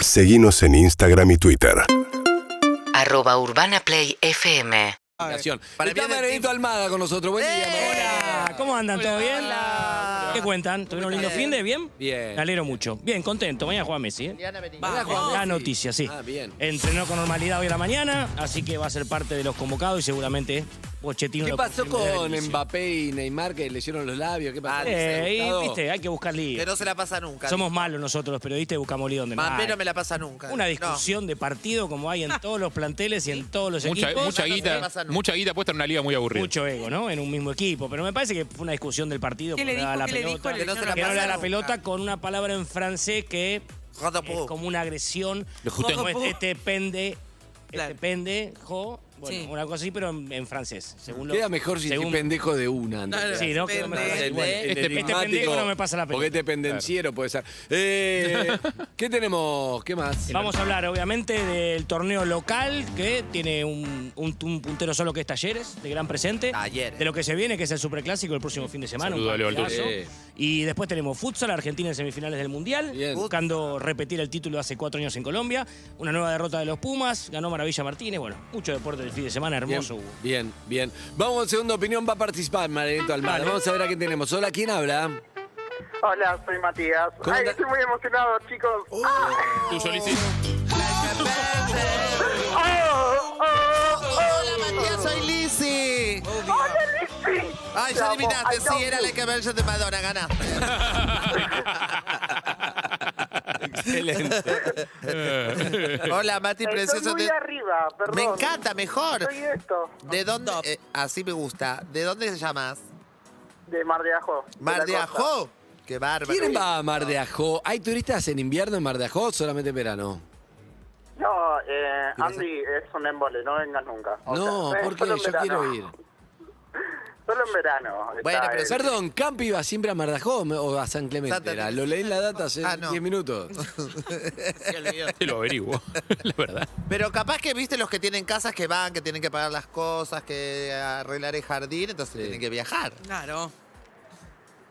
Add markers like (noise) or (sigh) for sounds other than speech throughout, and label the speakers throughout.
Speaker 1: Seguimos en Instagram y Twitter.
Speaker 2: Arroba Urbana Play FM.
Speaker 3: Para
Speaker 4: Está
Speaker 3: mí es de-
Speaker 4: Meredito Almada con nosotros. Buen día, Meredito.
Speaker 5: Hola, ¿cómo andan? ¿Todo bien? ¿Qué cuentan? ¿Tuvieron un lindo
Speaker 3: Bien.
Speaker 5: fin de bien?
Speaker 4: Bien.
Speaker 5: Me alegro mucho. Bien, contento. Mañana juega Messi, ¿eh?
Speaker 3: Va, Juan.
Speaker 5: La noticia, sí. Eh,
Speaker 4: Ah, bien.
Speaker 5: Entrenó con normalidad hoy a la mañana, así que va a ser parte de los convocados y seguramente Pochettino
Speaker 4: ¿Qué
Speaker 5: lo
Speaker 4: pasó
Speaker 5: confirme desde el
Speaker 4: con
Speaker 5: inicio.
Speaker 4: Mbappé y Neymar que le hicieron los labios? ¿Qué pasó?
Speaker 5: Eh, y,
Speaker 4: Gustavo?
Speaker 5: viste, hay que buscar lío.
Speaker 3: Que no se la pasa nunca.
Speaker 5: Somos malos nosotros los periodistas y buscamos lío donde no
Speaker 3: Mbappé
Speaker 5: hay.
Speaker 3: no me la pasa nunca.
Speaker 5: Una
Speaker 3: No.
Speaker 5: discusión de partido como hay en todos los planteles y en todos los
Speaker 6: Mucha,
Speaker 5: equipos.
Speaker 6: mucha
Speaker 3: no se le
Speaker 6: guita,
Speaker 3: pasa nunca.
Speaker 6: mucha guita puesta en una liga muy aburrida.
Speaker 5: mucho ego, ¿no? En un mismo equipo. Pero me parece que fue una discusión del partido
Speaker 7: ¿Qué le
Speaker 5: por la-
Speaker 7: dijo?
Speaker 5: la
Speaker 7: ¿Qué le
Speaker 5: pelota.
Speaker 7: dijo?
Speaker 3: Que no se la
Speaker 5: que no
Speaker 3: pasa
Speaker 5: le da la
Speaker 3: nunca.
Speaker 5: pelota con una palabra en francés que eh,
Speaker 3: Joda
Speaker 5: es
Speaker 3: po.
Speaker 5: como una agresión.
Speaker 6: Le juté.
Speaker 5: Como es, este pende,
Speaker 7: Claro.
Speaker 5: este pende, jo, bueno,
Speaker 7: Sí.
Speaker 5: una cosa así, pero en, en francés. Según lo-
Speaker 4: Queda mejor si
Speaker 5: según-
Speaker 4: si pendejo de una. antes.
Speaker 3: Claro.
Speaker 5: Sí, no, quedó mejor
Speaker 3: Pende-
Speaker 5: así. Bueno,
Speaker 3: Este
Speaker 4: El
Speaker 5: este
Speaker 4: enigmático,
Speaker 5: pendejo no me pasa la pelota.
Speaker 4: Porque este pendenciero puede ser. Eh, ¿Qué tenemos? ¿Qué más?
Speaker 5: Vamos a hablar, obviamente, del torneo local, que tiene un, un- un puntero solo que es Talleres, de gran presente.
Speaker 3: Talleres.
Speaker 5: De lo que se viene, que es el Superclásico el próximo fin de semana.
Speaker 6: Saludo a Leo Altuna.
Speaker 5: partidazo.
Speaker 4: Sí.
Speaker 5: Y después tenemos futsal, Argentina en semifinales del Mundial,
Speaker 4: Bien.
Speaker 5: buscando repetir el título de hace cuatro años en Colombia. Una nueva derrota de los Pumas, ganó Maravilla Martínez. Bueno, mucho deporte del fin de semana,
Speaker 4: Bien,
Speaker 5: hermoso. Hugo.
Speaker 4: bien, bien. Vamos a segunda opinión, va a participar Margarito Almada. Vamos a ver a quién tenemos. Hola, ¿quién habla?
Speaker 8: Hola, soy Matías.
Speaker 4: ¿Cómo
Speaker 8: Ay,
Speaker 4: anda-
Speaker 8: estoy muy emocionado, chicos. Ah,
Speaker 6: Tú solicitas.
Speaker 8: Oh, oh,
Speaker 3: Hola, Matías, soy Lizzy.
Speaker 8: sí.
Speaker 3: Ay,
Speaker 8: Te
Speaker 3: ya
Speaker 8: amo,
Speaker 3: adivinaste,
Speaker 8: I love
Speaker 3: sí, era
Speaker 8: you.
Speaker 3: la que versión de Madonna, ganaste.
Speaker 4: Excelente.
Speaker 3: Hola, Mati,
Speaker 8: Estoy
Speaker 3: precioso.
Speaker 8: muy
Speaker 3: te-
Speaker 8: arriba, perdón.
Speaker 3: Me encanta, mejor.
Speaker 8: Soy esto,
Speaker 3: ¿De dónde? eh, así me gusta. ¿De dónde se llamas?
Speaker 8: de Mar de Ajó. de la
Speaker 3: Mar de
Speaker 8: costa.
Speaker 3: Ajó. Qué bárbaro.
Speaker 4: ¿Quién va a Mar de Ajó? ¿Hay turistas en invierno en Mar de Ajó o solamente en verano?
Speaker 8: No, eh, Andy es un embole, no vengas nunca. O
Speaker 4: No,
Speaker 8: sea, eh,
Speaker 4: porque
Speaker 8: solo
Speaker 4: yo
Speaker 8: en verano.
Speaker 4: quiero ir.
Speaker 8: Solo en verano. está
Speaker 3: Bueno, pero
Speaker 8: el-
Speaker 4: Perdón, ¿Campi iba siempre a Mar de Ajó o me- o a San Clemente?
Speaker 3: Santa
Speaker 4: Era.
Speaker 3: Teresa.
Speaker 4: Lo leí en la data hace 10
Speaker 3: Ah, no.
Speaker 8: (laughs)
Speaker 4: minutos.
Speaker 3: Se olvidó.
Speaker 6: Te (laughs) lo averiguo, (laughs) la verdad.
Speaker 3: Pero capaz que viste los que tienen casas que van, que tienen que pagar las cosas, que arreglar el jardín, entonces tienen que viajar.
Speaker 7: Claro.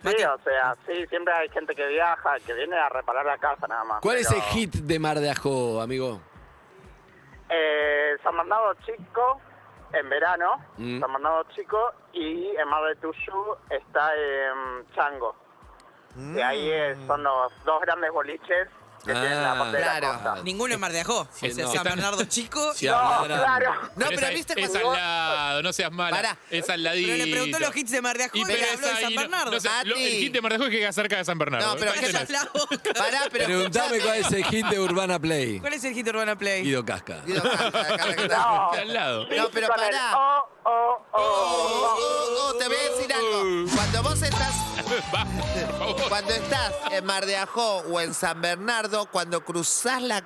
Speaker 8: Sí, o sea, sí, siempre hay gente que viaja, que viene a reparar la casa nada más.
Speaker 4: ¿Cuál es el
Speaker 8: pero-
Speaker 4: hit de Mar de Ajó, amigo?
Speaker 8: Eh, San Bernardo Chico, en verano,
Speaker 4: Mm.
Speaker 8: San Bernardo Chico, y en Mar del Tuyú está em, Chango. Que
Speaker 3: Mm.
Speaker 8: ahí es- son los dos grandes boliches que
Speaker 4: Ah,
Speaker 8: tienen la parte de
Speaker 3: claro.
Speaker 8: la costa.
Speaker 7: Ninguno es Mar de Ajó.
Speaker 4: Sí,
Speaker 7: o sea,
Speaker 4: no.
Speaker 7: San Bernardo
Speaker 4: (laughs)
Speaker 7: chico.
Speaker 4: Sí,
Speaker 8: No,
Speaker 4: hablaran.
Speaker 8: Oh, claro.
Speaker 3: No,
Speaker 6: Esa-
Speaker 3: pero viste
Speaker 6: Es
Speaker 3: cuando.
Speaker 6: al no seas mala.
Speaker 3: Pará.
Speaker 6: Es al ladito.
Speaker 7: Pero le preguntó los hits de Mar de Ajó y,
Speaker 6: pero
Speaker 7: le habló de
Speaker 6: esa
Speaker 7: San
Speaker 6: ahí no-
Speaker 7: Bernardo.
Speaker 6: no sé, lo- el
Speaker 3: Mati.
Speaker 6: hit de Mar del Ajó es que queda cerca de San Bernardo.
Speaker 3: No, pero
Speaker 6: ¿Qué
Speaker 3: cállate
Speaker 6: tenés?
Speaker 7: Callate la boca.
Speaker 3: Pará, pero.
Speaker 4: Preguntame
Speaker 3: escuchame.
Speaker 4: cuál es el hit de Urbana Play.
Speaker 7: ¿Cuál es el hit de Urbana Play?
Speaker 4: Guido Casca.
Speaker 3: Guido, canta, canta,
Speaker 8: (laughs)
Speaker 3: canta.
Speaker 8: No,
Speaker 6: Está al lado.
Speaker 8: sí,
Speaker 3: No, pero
Speaker 8: con el
Speaker 3: pará.
Speaker 8: oh, oh, oh, oh.
Speaker 3: Oh, oh, te voy a decir algo. Cuando vos estás.
Speaker 6: Uh. (laughs) Vamos, por favor.
Speaker 3: Cuando estás en Mar de Ajó o en San Bernardo, cuando cruzás la.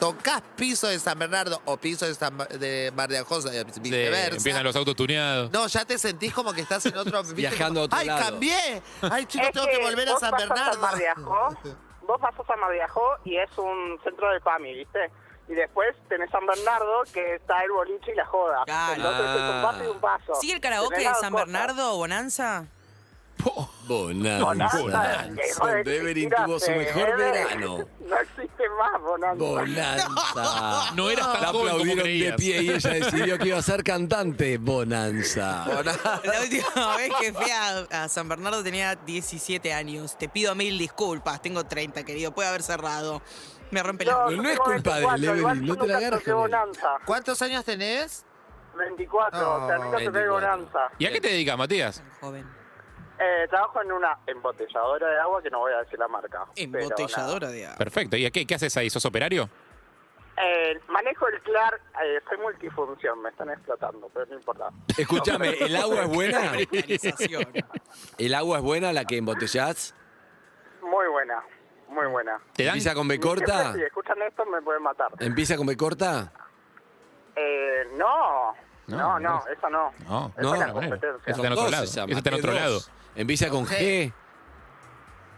Speaker 3: tocas piso de San Bernardo o piso de, San, Ba- de Mar de Ajó, eh,
Speaker 6: De-
Speaker 3: viceversa.
Speaker 6: Empiezan los autos tuneados.
Speaker 3: No, ya te sentís como que estás en otro. ¿viste?
Speaker 4: Viajando a otro
Speaker 3: ¡Ay,
Speaker 4: lado.
Speaker 3: cambié! ¡Ay, chicos,
Speaker 8: Es
Speaker 3: tengo que
Speaker 8: que
Speaker 3: volver a
Speaker 8: vos
Speaker 3: San
Speaker 8: pasás
Speaker 3: Bernardo!
Speaker 8: Mar de Ajó, vos pasás a Mar de Ajó y es un centro de PAMI, ¿viste? Y después tenés San Bernardo, que está el boliche y la joda.
Speaker 7: Claro.
Speaker 8: Entonces es un paso y un paso.
Speaker 7: ¿Sigue el karaoke
Speaker 8: Tenés
Speaker 7: de
Speaker 8: las
Speaker 7: San
Speaker 8: cosas.
Speaker 7: Bernardo o Bonanza? (laughs)
Speaker 4: Bonanza.
Speaker 8: Bonanza. Hijo
Speaker 4: Bonanza.
Speaker 8: de ¿eh?
Speaker 4: Deverin
Speaker 8: Cristina
Speaker 4: tuvo su
Speaker 8: se
Speaker 4: mejor
Speaker 8: debe.
Speaker 4: verano.
Speaker 8: No existe más Bonanza. (laughs)
Speaker 4: Bonanza.
Speaker 6: No eras tan
Speaker 4: La
Speaker 6: joven como
Speaker 4: aplaudieron de
Speaker 6: creías.
Speaker 4: pie y ella decidió que iba a ser cantante. Bonanza.
Speaker 7: La última vez que fui a, a San Bernardo tenía 17 años. Te pido mil disculpas. Tengo 30, querido. Puede haber cerrado. Me rompe la...
Speaker 8: Yo
Speaker 4: Pero no
Speaker 8: tengo
Speaker 4: es culpa de
Speaker 8: 24,
Speaker 4: Evelyn,
Speaker 8: igual
Speaker 4: no
Speaker 8: yo
Speaker 4: te la
Speaker 8: nunca
Speaker 4: agarres
Speaker 8: toqué
Speaker 4: con él.
Speaker 8: Bonanza.
Speaker 3: ¿Cuántos años tenés?
Speaker 8: 24,
Speaker 4: Ah,
Speaker 8: o sea, nunca toqué
Speaker 4: 24.
Speaker 8: Bonanza.
Speaker 6: ¿Y a qué te dedicas, Matías?
Speaker 7: Joven.
Speaker 8: Eh, trabajo en una embotelladora de agua que no voy a decir la marca. pero nada.
Speaker 7: Embotelladora de agua.
Speaker 6: Perfecto. ¿Y a qué, qué haces ahí? ¿Sos operario?
Speaker 8: Eh, manejo el CLAR, eh, soy multifunción, me están explotando, pero no importa.
Speaker 4: Escúchame, ¿el agua es
Speaker 6: (laughs)
Speaker 4: buena?
Speaker 7: Organización.
Speaker 4: ¿El agua es buena la que embotellás?
Speaker 8: Muy buena, muy buena.
Speaker 6: ¿Te dan?
Speaker 4: ¿Empieza con B
Speaker 8: Siempre
Speaker 4: corta? Eh.
Speaker 8: Si escuchan esto me pueden matar.
Speaker 4: ¿Empieza con B corta?
Speaker 8: Eh, no,
Speaker 6: No,
Speaker 8: no, no,
Speaker 6: no.
Speaker 8: esa no.
Speaker 6: No,
Speaker 8: esa
Speaker 4: no,
Speaker 8: es la
Speaker 4: no,
Speaker 8: competencia.
Speaker 6: Eso está en otro
Speaker 4: Dos
Speaker 6: lado.
Speaker 4: se llama,
Speaker 6: Eso está en
Speaker 4: ¿qué
Speaker 6: otro
Speaker 4: dos?
Speaker 6: lado.
Speaker 4: Empieza con G.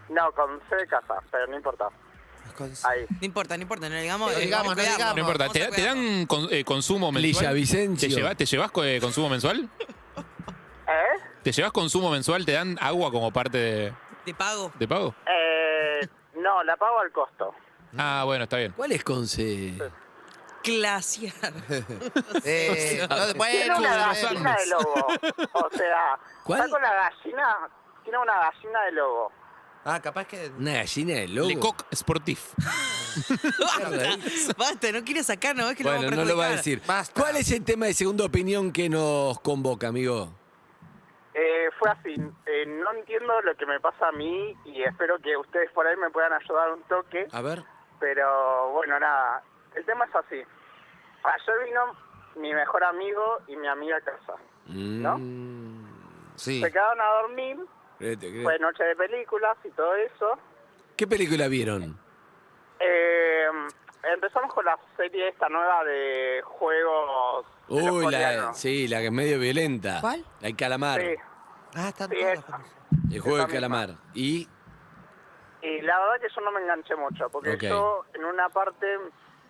Speaker 8: No, con C de casa, pero no importa. Ahí.
Speaker 7: No importa, no importa. No le digamos.
Speaker 3: No
Speaker 7: eh,
Speaker 3: digamos,
Speaker 7: vamos
Speaker 3: no
Speaker 7: a
Speaker 3: digamos.
Speaker 7: cuidarnos,
Speaker 6: No importa.
Speaker 7: vamos a
Speaker 6: ¿Te, te
Speaker 7: cuidarnos.
Speaker 6: dan con- eh, consumo mensual?
Speaker 4: Villavicencio.
Speaker 6: ¿Te llevas, ¿Te llevas co- eh, consumo mensual?
Speaker 8: ¿Eh?
Speaker 6: ¿Te llevas consumo mensual? ¿Te dan agua como parte de,
Speaker 7: Te pago.
Speaker 6: de pago?
Speaker 8: Eh, no, la pago al costo.
Speaker 6: Ah, bueno, está bien.
Speaker 4: ¿Cuál es Conce?
Speaker 6: (laughs)
Speaker 7: Glaciar.
Speaker 3: Eh, no,
Speaker 8: Tiene
Speaker 3: bueno,
Speaker 8: una
Speaker 3: eh,
Speaker 8: gallina de lobo. O sea,
Speaker 4: ¿Cuál?
Speaker 8: está con la gallina, tiene una gallina de lobo.
Speaker 3: Ah, capaz que.
Speaker 4: Una gallina de lobo.
Speaker 6: Lecoq Sportif.
Speaker 7: Basta, basta, no quiero sacar, no es que
Speaker 4: bueno,
Speaker 7: lo
Speaker 4: no
Speaker 7: vamos a
Speaker 4: lo va a
Speaker 7: perjudicar.
Speaker 4: decir.
Speaker 3: Basta.
Speaker 4: ¿Cuál es el tema de segunda opinión que nos convoca, amigo?
Speaker 8: Eh, fue así, eh, no entiendo lo que me pasa a mí y espero que ustedes por ahí me puedan ayudar un toque.
Speaker 4: A ver.
Speaker 8: Pero bueno, nada, el tema es así. Ayer vino mi mejor amigo y mi amiga a casa. ¿No?
Speaker 4: Mm,
Speaker 3: Sí.
Speaker 8: Se quedaron a dormir, fue noche de películas y todo eso.
Speaker 4: ¿Qué película vieron?
Speaker 8: Eh, empezamos con la serie esta nueva de juegos. de los
Speaker 4: Uy, la,
Speaker 8: coreanos.
Speaker 4: sí, la que es medio violenta.
Speaker 7: ¿Cuál?
Speaker 4: La del calamar.
Speaker 8: Sí.
Speaker 3: Ah, están
Speaker 8: Sí,
Speaker 3: todas.
Speaker 8: esa.
Speaker 4: El juego del
Speaker 8: Esa misma.
Speaker 4: calamar. Y
Speaker 8: Y la verdad que yo no me enganché mucho, porque
Speaker 4: Ok.
Speaker 8: yo en una parte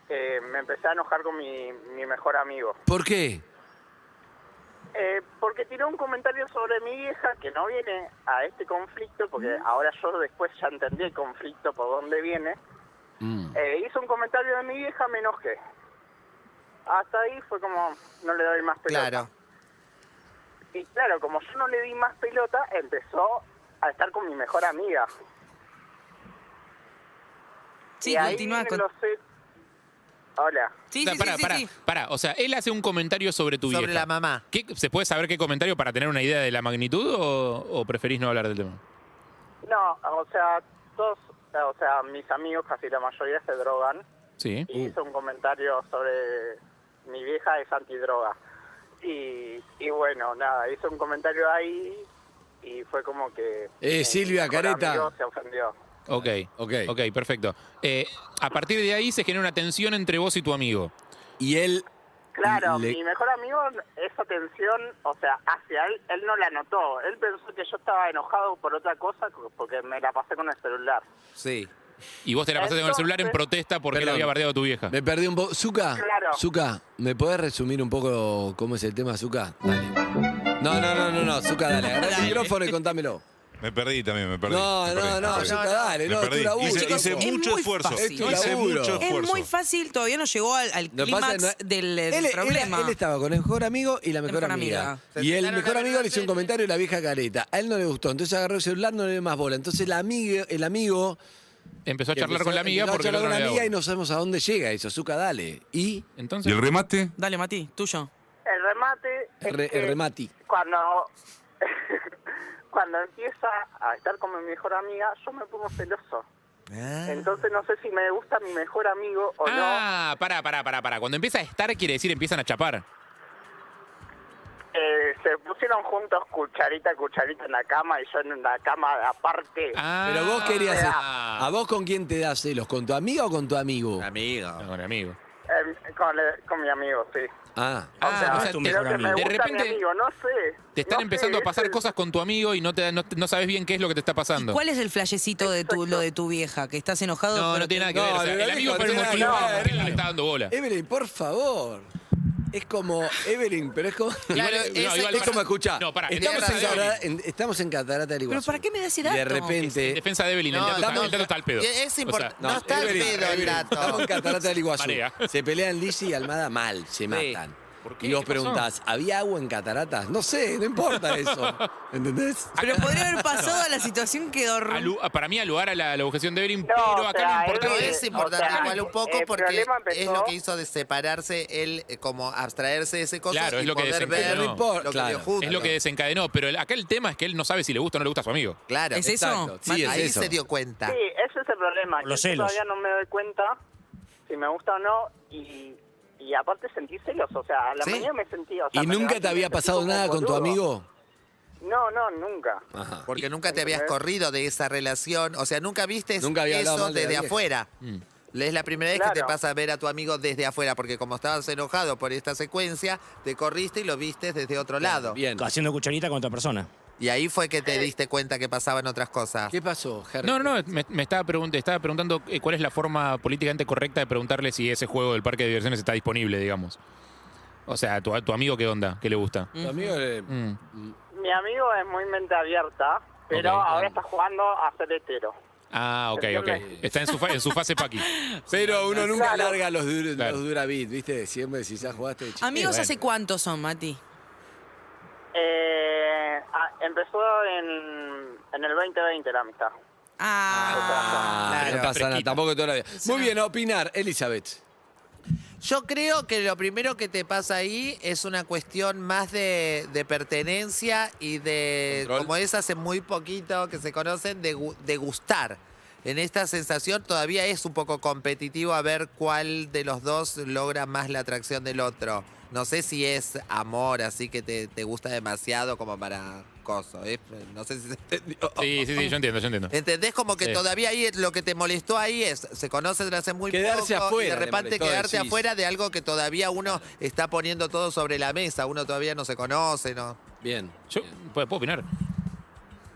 Speaker 8: eh, me empecé a enojar con mi, mi mejor amigo.
Speaker 4: ¿por qué?
Speaker 8: Eh, porque tiró un comentario sobre mi vieja que no viene a este conflicto, porque ahora yo después ya entendí el conflicto por dónde viene.
Speaker 4: Mm.
Speaker 8: Eh, hizo un comentario de mi vieja, me enojé. Hasta ahí fue como, no le doy más pelota.
Speaker 3: Claro.
Speaker 8: Y claro, como yo no le di más pelota, empezó a estar con mi mejor amiga.
Speaker 7: Sí,
Speaker 8: Y ahí
Speaker 7: continúa
Speaker 8: vienen
Speaker 7: con.
Speaker 8: los hechos- Hola.
Speaker 7: Sí,
Speaker 6: O sea,
Speaker 7: sí,
Speaker 6: pará,
Speaker 7: sí,
Speaker 6: pará,
Speaker 7: sí, sí.
Speaker 6: pará. O sea, él hace un comentario sobre tu
Speaker 3: Sobre
Speaker 6: vieja.
Speaker 3: la mamá.
Speaker 6: ¿Qué- ¿Se puede saber qué comentario para tener una idea de la magnitud o, o preferís no hablar del tema?
Speaker 8: No, o sea, todos, o sea, mis amigos, casi la mayoría se drogan.
Speaker 6: Sí.
Speaker 8: Y hizo un comentario sobre mi vieja es antidroga. Y, y bueno, nada, hizo un comentario ahí y fue como que...
Speaker 4: Eh,
Speaker 8: mi
Speaker 4: Silvia,
Speaker 8: mejor
Speaker 4: careta.
Speaker 8: amigo Se ofendió.
Speaker 6: Ok,
Speaker 4: Ok.
Speaker 6: ok, ok, perfecto. Eh, a partir de ahí se genera una tensión entre vos y tu amigo.
Speaker 4: Y él.
Speaker 8: Claro,
Speaker 4: le-
Speaker 8: mi mejor amigo, esa tensión, o sea, hacia él, él no la notó. Él pensó que yo estaba enojado por otra cosa co- porque me la pasé con el celular.
Speaker 3: Sí.
Speaker 6: Y vos te la pasaste con el celular en
Speaker 8: Entonces-
Speaker 6: protesta porque
Speaker 4: Perdón.
Speaker 6: le había bardeado a tu
Speaker 9: Ah.
Speaker 6: vieja.
Speaker 4: Me perdí un poco. Zuka,
Speaker 8: Claro.
Speaker 4: Zuka, ¿me podés resumir un poco cómo es el tema, Zuka? Dale. No, no, no, no, no, Zuka, dale. Agarrá el micrófono y contámelo.
Speaker 9: Me perdí también, me perdí.
Speaker 4: no,
Speaker 9: me
Speaker 4: no,
Speaker 9: perdí,
Speaker 4: no,
Speaker 9: me perdí.
Speaker 4: Zuka, dale,
Speaker 9: Me
Speaker 4: no, es tu
Speaker 9: perdí.
Speaker 4: laburo.
Speaker 9: Hice,
Speaker 4: loco.
Speaker 9: hice
Speaker 7: es
Speaker 9: mucho
Speaker 7: muy
Speaker 9: esfuerzo.
Speaker 7: fácil.
Speaker 4: Es tu
Speaker 9: Hice
Speaker 4: laburo. (laughs)
Speaker 9: mucho
Speaker 4: Es
Speaker 7: Es
Speaker 9: esfuerzo.
Speaker 7: muy fácil, todavía no llegó al, al
Speaker 4: Lo que pasa
Speaker 7: clímax
Speaker 4: es que no-
Speaker 7: del, del
Speaker 4: él, él-
Speaker 7: problema.
Speaker 4: él estaba con el mejor amigo y la mejor,
Speaker 7: Mejor
Speaker 4: amiga.
Speaker 7: amiga.
Speaker 3: Se
Speaker 4: Y el
Speaker 3: sentaron a
Speaker 4: mejor
Speaker 3: ver
Speaker 4: amigo
Speaker 3: una
Speaker 4: le hizo un
Speaker 3: serie.
Speaker 4: comentario y la vieja careta. A él no le gustó. Entonces agarró el celular, no le dio más bola. Entonces la amiga, el amigo.
Speaker 6: Empezó a charlar
Speaker 4: empezó-
Speaker 6: con la amiga
Speaker 4: empezó a
Speaker 6: porque
Speaker 4: charlar
Speaker 6: el
Speaker 4: con la
Speaker 6: otro no le
Speaker 4: amiga y
Speaker 6: daba.
Speaker 4: no sabemos a dónde llega eso. Zuka, dale. Y
Speaker 9: ¿Y
Speaker 6: Entonces,
Speaker 9: el remate?
Speaker 7: Dale, Mati, tuyo.
Speaker 8: El remate... es
Speaker 4: re-
Speaker 8: que-
Speaker 4: el remati.
Speaker 8: cuando (laughs) cuando empieza a estar con mi mejor amiga, yo me pongo celoso.
Speaker 4: Ah.
Speaker 8: Entonces no sé si me gusta mi mejor amigo o
Speaker 6: ah, pará, pará, pará, pará. Cuando empieza a estar quiere decir empiezan a chapar.
Speaker 8: no. Eh, se pusieron juntos cucharita, cucharita en la cama y yo en la cama aparte.
Speaker 6: Ah,
Speaker 4: Pero vos querías.
Speaker 6: ah.
Speaker 4: ¿A vos con quién te das celos? ¿Con tu amiga o con tu amigo?
Speaker 6: Ah,
Speaker 3: Amigo.
Speaker 6: Con el amigo.
Speaker 8: eh, con, el- con mi amigo, sí.
Speaker 4: Ah.
Speaker 6: Ah,
Speaker 8: O sea,
Speaker 6: o sea,
Speaker 5: tu
Speaker 8: creo
Speaker 5: mejor
Speaker 8: que
Speaker 5: amigo.
Speaker 8: me
Speaker 6: De
Speaker 8: gusta
Speaker 6: repente
Speaker 8: mi amigo, no sé.
Speaker 6: te están
Speaker 8: No sé,
Speaker 6: empezando a
Speaker 8: es
Speaker 6: pasar
Speaker 8: el-
Speaker 6: cosas con tu amigo y no, te, no, no sabes bien qué es lo que te está pasando.
Speaker 7: ¿Cuál es el flyecito de tu, lo de tu vieja? Que estás enojado.
Speaker 6: No,
Speaker 7: pero
Speaker 6: no tiene nada
Speaker 7: te-
Speaker 6: que ver.
Speaker 4: No,
Speaker 6: o sea,
Speaker 4: lo
Speaker 6: el amigo
Speaker 4: dijo,
Speaker 6: pone un
Speaker 4: no tiene
Speaker 6: motivo
Speaker 4: nada que
Speaker 6: porque él
Speaker 4: ver.
Speaker 6: no le está dando bola.
Speaker 4: Evelyn, por favor. Es como, Evelyn, pero es como.
Speaker 6: Igual-
Speaker 4: Claro,
Speaker 6: no,
Speaker 4: es,
Speaker 6: igual,
Speaker 4: es
Speaker 6: pará.
Speaker 4: como escuchar.
Speaker 6: No, pará, en
Speaker 4: estamos, en
Speaker 6: defensa de
Speaker 4: Catarata- en- estamos en Catarata del Iguazú.
Speaker 7: ¿Pero para qué me das ese
Speaker 4: Y de
Speaker 7: dato?
Speaker 6: En
Speaker 4: repente.
Speaker 6: defensa de Evelyn, el,
Speaker 3: No,
Speaker 6: dato está,
Speaker 3: estamos-
Speaker 6: el dato está al pedo.
Speaker 3: Es
Speaker 6: O
Speaker 3: import-
Speaker 6: sea,
Speaker 3: no está el pedo el dato.
Speaker 4: Estamos en Catarata del Iguazú.
Speaker 6: Marea.
Speaker 4: Se pelean Lizzy y Almada mal, se matan.
Speaker 6: ¿Por qué?
Speaker 4: Y vos
Speaker 6: ¿Qué pasó?
Speaker 4: preguntás, ¿había agua en cataratas? No sé, no importa
Speaker 6: (laughs)
Speaker 4: eso.
Speaker 6: Ah,
Speaker 4: ¿Entendés?
Speaker 7: Pero podría
Speaker 4: (laughs)
Speaker 7: haber pasado a la situación que dormí.
Speaker 6: a lu- a- ah, para mí, al lugar a la, la objeción de Evelyn,
Speaker 8: No,
Speaker 6: pero
Speaker 8: o
Speaker 6: acá
Speaker 8: sea,
Speaker 6: lo
Speaker 8: él
Speaker 3: No,
Speaker 6: importante
Speaker 8: no
Speaker 3: es importante
Speaker 8: O sea,
Speaker 3: igual un poco
Speaker 8: el
Speaker 3: porque
Speaker 8: problema
Speaker 3: es
Speaker 8: empezó-
Speaker 3: lo que hizo de separarse él, eh, como abstraerse de ese coso
Speaker 6: Claro,
Speaker 3: y
Speaker 6: es lo que
Speaker 3: poder ver
Speaker 6: desencadenó.
Speaker 3: lo que
Speaker 4: Claro.
Speaker 3: dio junto.
Speaker 6: es lo que desencadenó. Pero el- acá el tema es que él no sabe si le gusta o no le gusta a su amigo.
Speaker 3: Claro,
Speaker 7: ¿Es eso?
Speaker 4: Exacto. Sí, es
Speaker 3: ahí
Speaker 4: eso.
Speaker 3: se dio cuenta.
Speaker 8: Sí, ese es el problema.
Speaker 5: Por los
Speaker 8: que yo
Speaker 5: celos.
Speaker 8: todavía no me doy cuenta si me gusta o no y, y aparte sentí celos. O sea, a la
Speaker 3: Sí.
Speaker 8: mañana me sentí... o sea,
Speaker 4: ¿Y
Speaker 8: me
Speaker 4: nunca
Speaker 8: levanté
Speaker 4: te
Speaker 8: y
Speaker 4: había
Speaker 8: me sentí
Speaker 4: pasado
Speaker 8: como
Speaker 4: nada con tu
Speaker 8: boludo.
Speaker 4: amigo?
Speaker 8: No, no, nunca.
Speaker 4: Ajá.
Speaker 3: Porque nunca te habías corrido de esa relación, o sea, nunca viste
Speaker 4: Nunca había hablado
Speaker 3: eso
Speaker 4: mal de la
Speaker 3: desde
Speaker 4: vieja. Mm.
Speaker 3: afuera. Es la primera vez que te
Speaker 8: Claro.
Speaker 3: pasa a ver a tu amigo desde afuera, porque como estabas enojado por esta secuencia, te corriste y lo viste desde otro lado.
Speaker 4: Bien.
Speaker 5: Haciendo cucharita con otra persona.
Speaker 3: Y ahí fue que te diste cuenta que pasaban otras cosas.
Speaker 4: ¿Qué pasó, Harry?
Speaker 6: No, no, no. Me, me estaba, pregun- estaba preguntando eh, cuál es la forma políticamente correcta de preguntarle si ese juego del parque de diversiones está disponible, digamos. O sea, tu, tu amigo, ¿qué onda? ¿Qué le gusta?
Speaker 4: Tu amigo le-
Speaker 6: (laughs) Mm.
Speaker 8: Mi amigo es muy mente abierta, pero
Speaker 6: Ok.
Speaker 8: ahora está jugando a ser hetero.
Speaker 6: Ah, ok, ok.
Speaker 8: ¿Entiendes?
Speaker 6: Está en su, fa- en su fase paqui.
Speaker 4: Pero uno nunca
Speaker 8: Claro.
Speaker 4: larga los, dur-
Speaker 6: Claro.
Speaker 4: los durabit, ¿viste? Siempre si ya jugaste de chiquito.
Speaker 7: Amigos,
Speaker 6: bueno.
Speaker 7: ¿hace cuántos son, Mati?
Speaker 8: Eh, ah, empezó en, en el 2020 la amistad.
Speaker 7: Ah,
Speaker 4: Ah,
Speaker 3: Claro,
Speaker 4: no pasa nada,
Speaker 6: fresquita.
Speaker 4: tampoco toda la vida. Muy bien, a opinar, Elizabeth.
Speaker 3: Yo creo que lo primero que te pasa ahí es una cuestión más de, de pertenencia y de,
Speaker 4: Control.
Speaker 3: como es hace muy poquito que se conocen, de, gu- de gustar. En esta sensación todavía es un poco competitivo a ver cuál de los dos logra más la atracción del otro. No sé si es amor, así que te, te gusta demasiado como para coso. ¿eh? No sé si se entendió.
Speaker 6: Sí, sí, sí, yo entiendo, yo entiendo.
Speaker 3: ¿Entendés? Como que
Speaker 6: Sí.
Speaker 3: todavía ahí es- lo que te molestó ahí es, se conocen hace muy
Speaker 4: Quedarse
Speaker 3: poco
Speaker 4: afuera
Speaker 3: y de
Speaker 4: le
Speaker 3: repente
Speaker 4: molestó,
Speaker 3: quedarte
Speaker 4: decís.
Speaker 3: afuera de algo que todavía uno está poniendo todo sobre la mesa, uno todavía no se conoce, ¿no?
Speaker 4: Bien.
Speaker 6: Yo,
Speaker 4: bien.
Speaker 6: ¿puedo, puedo opinar?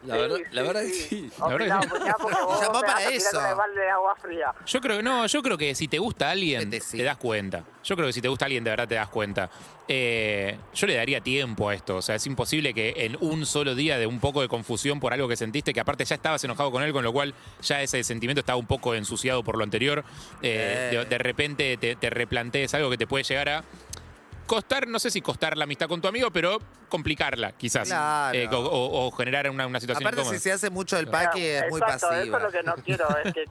Speaker 4: La verdad, la verdad es que sí.
Speaker 6: La verdad
Speaker 8: Opinamos,
Speaker 6: que sí. (laughs)
Speaker 8: opinamos, porque vos
Speaker 3: Llamó
Speaker 8: me
Speaker 3: para
Speaker 8: vas a tirar
Speaker 3: eso.
Speaker 8: con el balde de agua fría.
Speaker 6: Yo creo que no, yo creo que si te gusta alguien,
Speaker 3: Vete, Este sí.
Speaker 6: te das cuenta. Yo creo que si te gusta alguien, de verdad te das cuenta. Eh, yo le daría tiempo a esto. O sea, es imposible que en un solo día de un poco de confusión por algo que sentiste, que aparte ya estabas enojado con él, con lo cual ya ese sentimiento estaba un poco ensuciado por lo anterior, eh,
Speaker 3: Eh.
Speaker 6: de, de repente te, te replantees algo que te puede llegar a. Costar, no sé si costar la amistad con tu amigo, pero complicarla, quizás.
Speaker 3: Claro.
Speaker 6: Eh, o, o- o generar una, una situación
Speaker 3: Aparte,
Speaker 6: incómoda.
Speaker 3: si se hace mucho el
Speaker 8: Claro,
Speaker 3: paqui es muy
Speaker 8: Exacto, eso
Speaker 3: pasivo.
Speaker 8: es lo que no quiero, es que,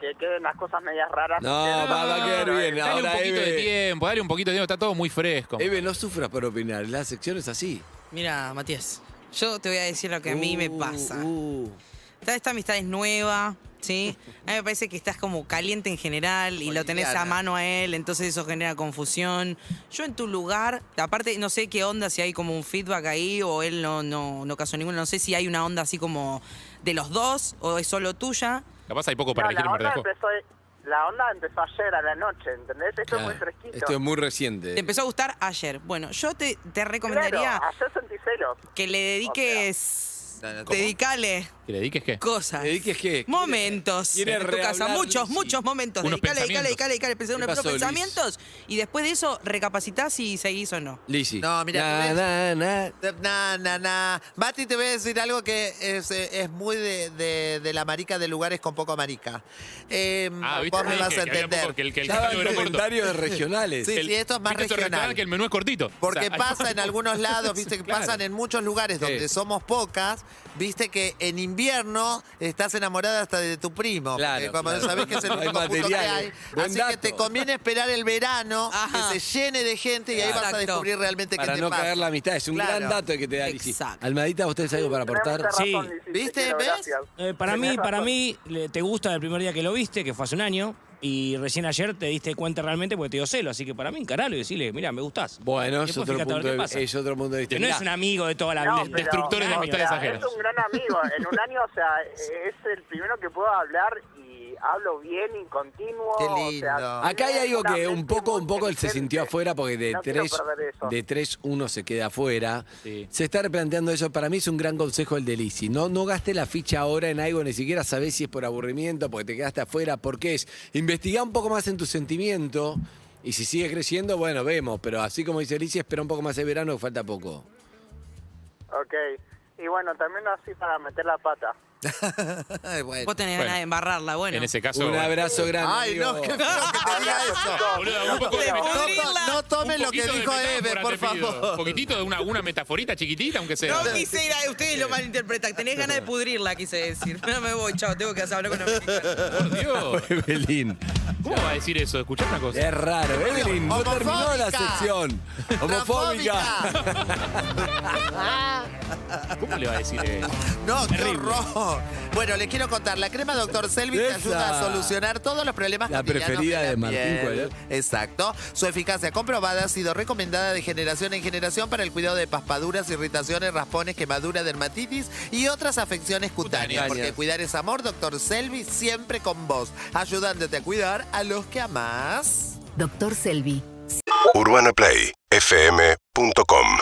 Speaker 8: que queden las cosas medias raras.
Speaker 4: No, va, va a
Speaker 3: Ah,
Speaker 4: quedar bien.
Speaker 6: Dale
Speaker 4: Ahora,
Speaker 6: un poquito de
Speaker 4: Eve.
Speaker 6: tiempo, dale un poquito de tiempo, está todo muy fresco.
Speaker 4: Eve, no sufras por opinar, la sección es así.
Speaker 7: mira, Matías, yo te voy a decir lo que a mí me
Speaker 4: Uh,
Speaker 7: pasa.
Speaker 4: uh.
Speaker 7: Esta, esta amistad es nueva, ¿sí? A mí me parece que estás como caliente en general y lo tenés a
Speaker 3: Boliviana.
Speaker 7: mano a él, entonces eso genera confusión. Yo en tu lugar, aparte no sé qué onda, si hay como un feedback ahí o él no, no, no casó ninguno, no sé si hay una onda así como de los dos o es solo tuya.
Speaker 6: Capaz hay poco
Speaker 8: No,
Speaker 6: para elegir
Speaker 8: la,
Speaker 6: en
Speaker 8: onda
Speaker 6: verdad.
Speaker 8: empezó, la onda empezó ayer a la noche, ¿entendés? Esto es muy
Speaker 4: Claro,
Speaker 8: fresquito.
Speaker 4: Esto es muy reciente.
Speaker 7: Te empezó a gustar ayer. Bueno, yo te, te recomendaría
Speaker 8: Claro, ayer sentí celos.
Speaker 7: que le dediques, dedicale
Speaker 6: ¿Que le dediques
Speaker 3: Mm,
Speaker 6: qué?
Speaker 7: cosas.
Speaker 4: ¿Le dediques qué?
Speaker 7: Momentos
Speaker 4: ¿Quiere- quiere
Speaker 7: en tu casa,
Speaker 4: rehablar,
Speaker 7: muchos,
Speaker 4: Luisi?
Speaker 7: muchos momentos.
Speaker 6: Unos
Speaker 7: Dedicale, dedicale,
Speaker 6: pensamientos.
Speaker 7: dedicale, dedicale,
Speaker 4: ¿Qué
Speaker 7: pensar unos propios
Speaker 4: pasó, Luis?
Speaker 7: pensamientos y después de eso recapacitás si seguís o no.
Speaker 4: Lizzy.
Speaker 3: No, mira,
Speaker 4: Na, na, na.
Speaker 3: Na, na, na. Mati, te voy a decir algo que es, eh, es muy de, de- de la marica de lugares con poco marica. Eh,
Speaker 6: Ah, ¿viste?
Speaker 3: vos me
Speaker 6: Sí,
Speaker 3: vas
Speaker 6: que-
Speaker 3: a
Speaker 6: que había
Speaker 3: entender.
Speaker 6: poco- que el- que el
Speaker 4: Estaba
Speaker 6: catálogo
Speaker 4: en
Speaker 6: era corto.
Speaker 4: comentarios regionales.
Speaker 3: Sí, sí, esto es más
Speaker 6: ¿Viste esto
Speaker 3: regional.
Speaker 6: que el menú es cortito.
Speaker 3: Porque
Speaker 6: O sea, hay
Speaker 3: pasa
Speaker 6: poco- (laughs)
Speaker 3: en algunos lados,
Speaker 4: (laughs)
Speaker 3: viste que
Speaker 6: Claro.
Speaker 3: pasan en muchos lugares
Speaker 4: Sí.
Speaker 3: donde somos pocas, viste que en invierno estás enamorada hasta de tu primo.
Speaker 4: Claro,
Speaker 3: porque como
Speaker 4: claro.
Speaker 3: sabés que es el
Speaker 4: (laughs) Hay
Speaker 3: único punto que
Speaker 4: materiales.
Speaker 3: hay.
Speaker 4: Buen
Speaker 3: así que
Speaker 4: dato.
Speaker 3: te conviene esperar el verano,
Speaker 7: Ajá.
Speaker 3: que se llene de gente y ahí vas a
Speaker 7: Exacto.
Speaker 3: descubrir realmente qué
Speaker 4: Para
Speaker 3: te
Speaker 4: no
Speaker 3: pasa.
Speaker 4: caer la amistad, es un
Speaker 3: Claro.
Speaker 4: gran dato que te da Lizzy.
Speaker 7: Exacto.
Speaker 4: Almadita, ¿vos tenés algo para aportar?
Speaker 5: Sí.
Speaker 3: ¿Viste? ¿Ves?
Speaker 5: Eh, para mí, para mí, le- te gusta el primer día que lo viste, que fue hace un año, y recién ayer te diste cuenta realmente porque te dio celo. Así que para mí, encaralo y decirle, mira, me gustás.
Speaker 4: Bueno, es
Speaker 5: Después
Speaker 4: otro,
Speaker 5: fíjate a ver
Speaker 4: punto
Speaker 5: qué
Speaker 4: de,
Speaker 5: pasa.
Speaker 4: es otro punto de vista.
Speaker 5: Que no
Speaker 4: Mirá,
Speaker 5: es un amigo de toda la
Speaker 8: No,
Speaker 5: vida.
Speaker 8: pero-
Speaker 6: Destructores de
Speaker 8: no,
Speaker 6: amistades
Speaker 8: o sea,
Speaker 6: ajenas.
Speaker 8: Es un gran amigo. En un año, o sea, es el primero que puedo hablar y hablo bien y continuo.
Speaker 3: Qué
Speaker 8: o sea,
Speaker 3: lindo.
Speaker 4: Acá hay
Speaker 8: es
Speaker 4: algo
Speaker 8: una
Speaker 4: que un
Speaker 8: mente
Speaker 4: poco,
Speaker 8: muy
Speaker 4: un poco él se sintió
Speaker 8: inteligente.
Speaker 4: afuera porque de
Speaker 8: No quiero
Speaker 4: tres,
Speaker 8: perder eso.
Speaker 4: de tres uno se queda afuera.
Speaker 6: Sí.
Speaker 4: Se está replanteando eso. Para mí es un gran consejo el de Lizzy. No, no gaste la ficha ahora en algo, ni siquiera sabés si es por aburrimiento, porque te quedaste afuera, porque es. Investigá un poco más en tu sentimiento. Y si sigue creciendo, bueno, vemos. Pero así como dice Lizzy, espera un poco más el verano que falta poco.
Speaker 8: Ok. Y bueno, también así para meter la pata.
Speaker 3: Ay, (laughs) bueno.
Speaker 7: Vos tenés
Speaker 6: Bueno.
Speaker 7: ganas de embarrarla, bueno.
Speaker 6: En ese caso.
Speaker 4: Un
Speaker 6: bueno.
Speaker 4: abrazo grande.
Speaker 3: Ay, no,
Speaker 4: amigo.
Speaker 3: qué feo que te diga eso.
Speaker 6: Boludo, un poco de
Speaker 7: Te
Speaker 6: metáfora.
Speaker 3: No,
Speaker 7: pudrirla.
Speaker 3: to- no tomen
Speaker 6: Un
Speaker 3: lo que
Speaker 6: poquito de
Speaker 3: dijo Eve,
Speaker 6: metáfora,
Speaker 3: por
Speaker 6: te pido. Un
Speaker 3: favor.
Speaker 6: poquitito de una, una metaforita chiquitita, aunque sea.
Speaker 7: No quise ir a ustedes
Speaker 6: eh,
Speaker 7: lo malinterpretan. Tenés ganas de pudrirla, quise decir. No me voy, chao, tengo que hablar con la
Speaker 6: (laughs)
Speaker 7: mexicana.
Speaker 6: Por Dios.
Speaker 4: Evelyn.
Speaker 6: ¿Cómo va a decir eso? Escuchá una cosa.
Speaker 4: (laughs) Es raro. Evelyn, no terminó la
Speaker 3: Homofóbica.
Speaker 4: sección. Homofóbica.
Speaker 3: Transfóbica.
Speaker 6: ¿Cómo le va a decir eso?
Speaker 3: No, qué horror. Bueno, les quiero contar, la crema Dr. Selvi te
Speaker 4: Esa.
Speaker 3: ayuda a solucionar todos los problemas
Speaker 4: La
Speaker 3: cotidianos
Speaker 4: preferida de Martín
Speaker 3: piel.
Speaker 4: Cuellar.
Speaker 3: Exacto. Su eficacia comprobada ha sido recomendada de generación en generación para el cuidado de paspaduras, irritaciones, raspones, quemaduras, dermatitis y otras afecciones cutáneas.
Speaker 4: Cutáneas.
Speaker 3: Porque cuidar es amor, Dr. Selvi siempre con vos, ayudándote a cuidar a los que amás.
Speaker 2: Doctor Selvi.
Speaker 1: UrbanaPlayFM.com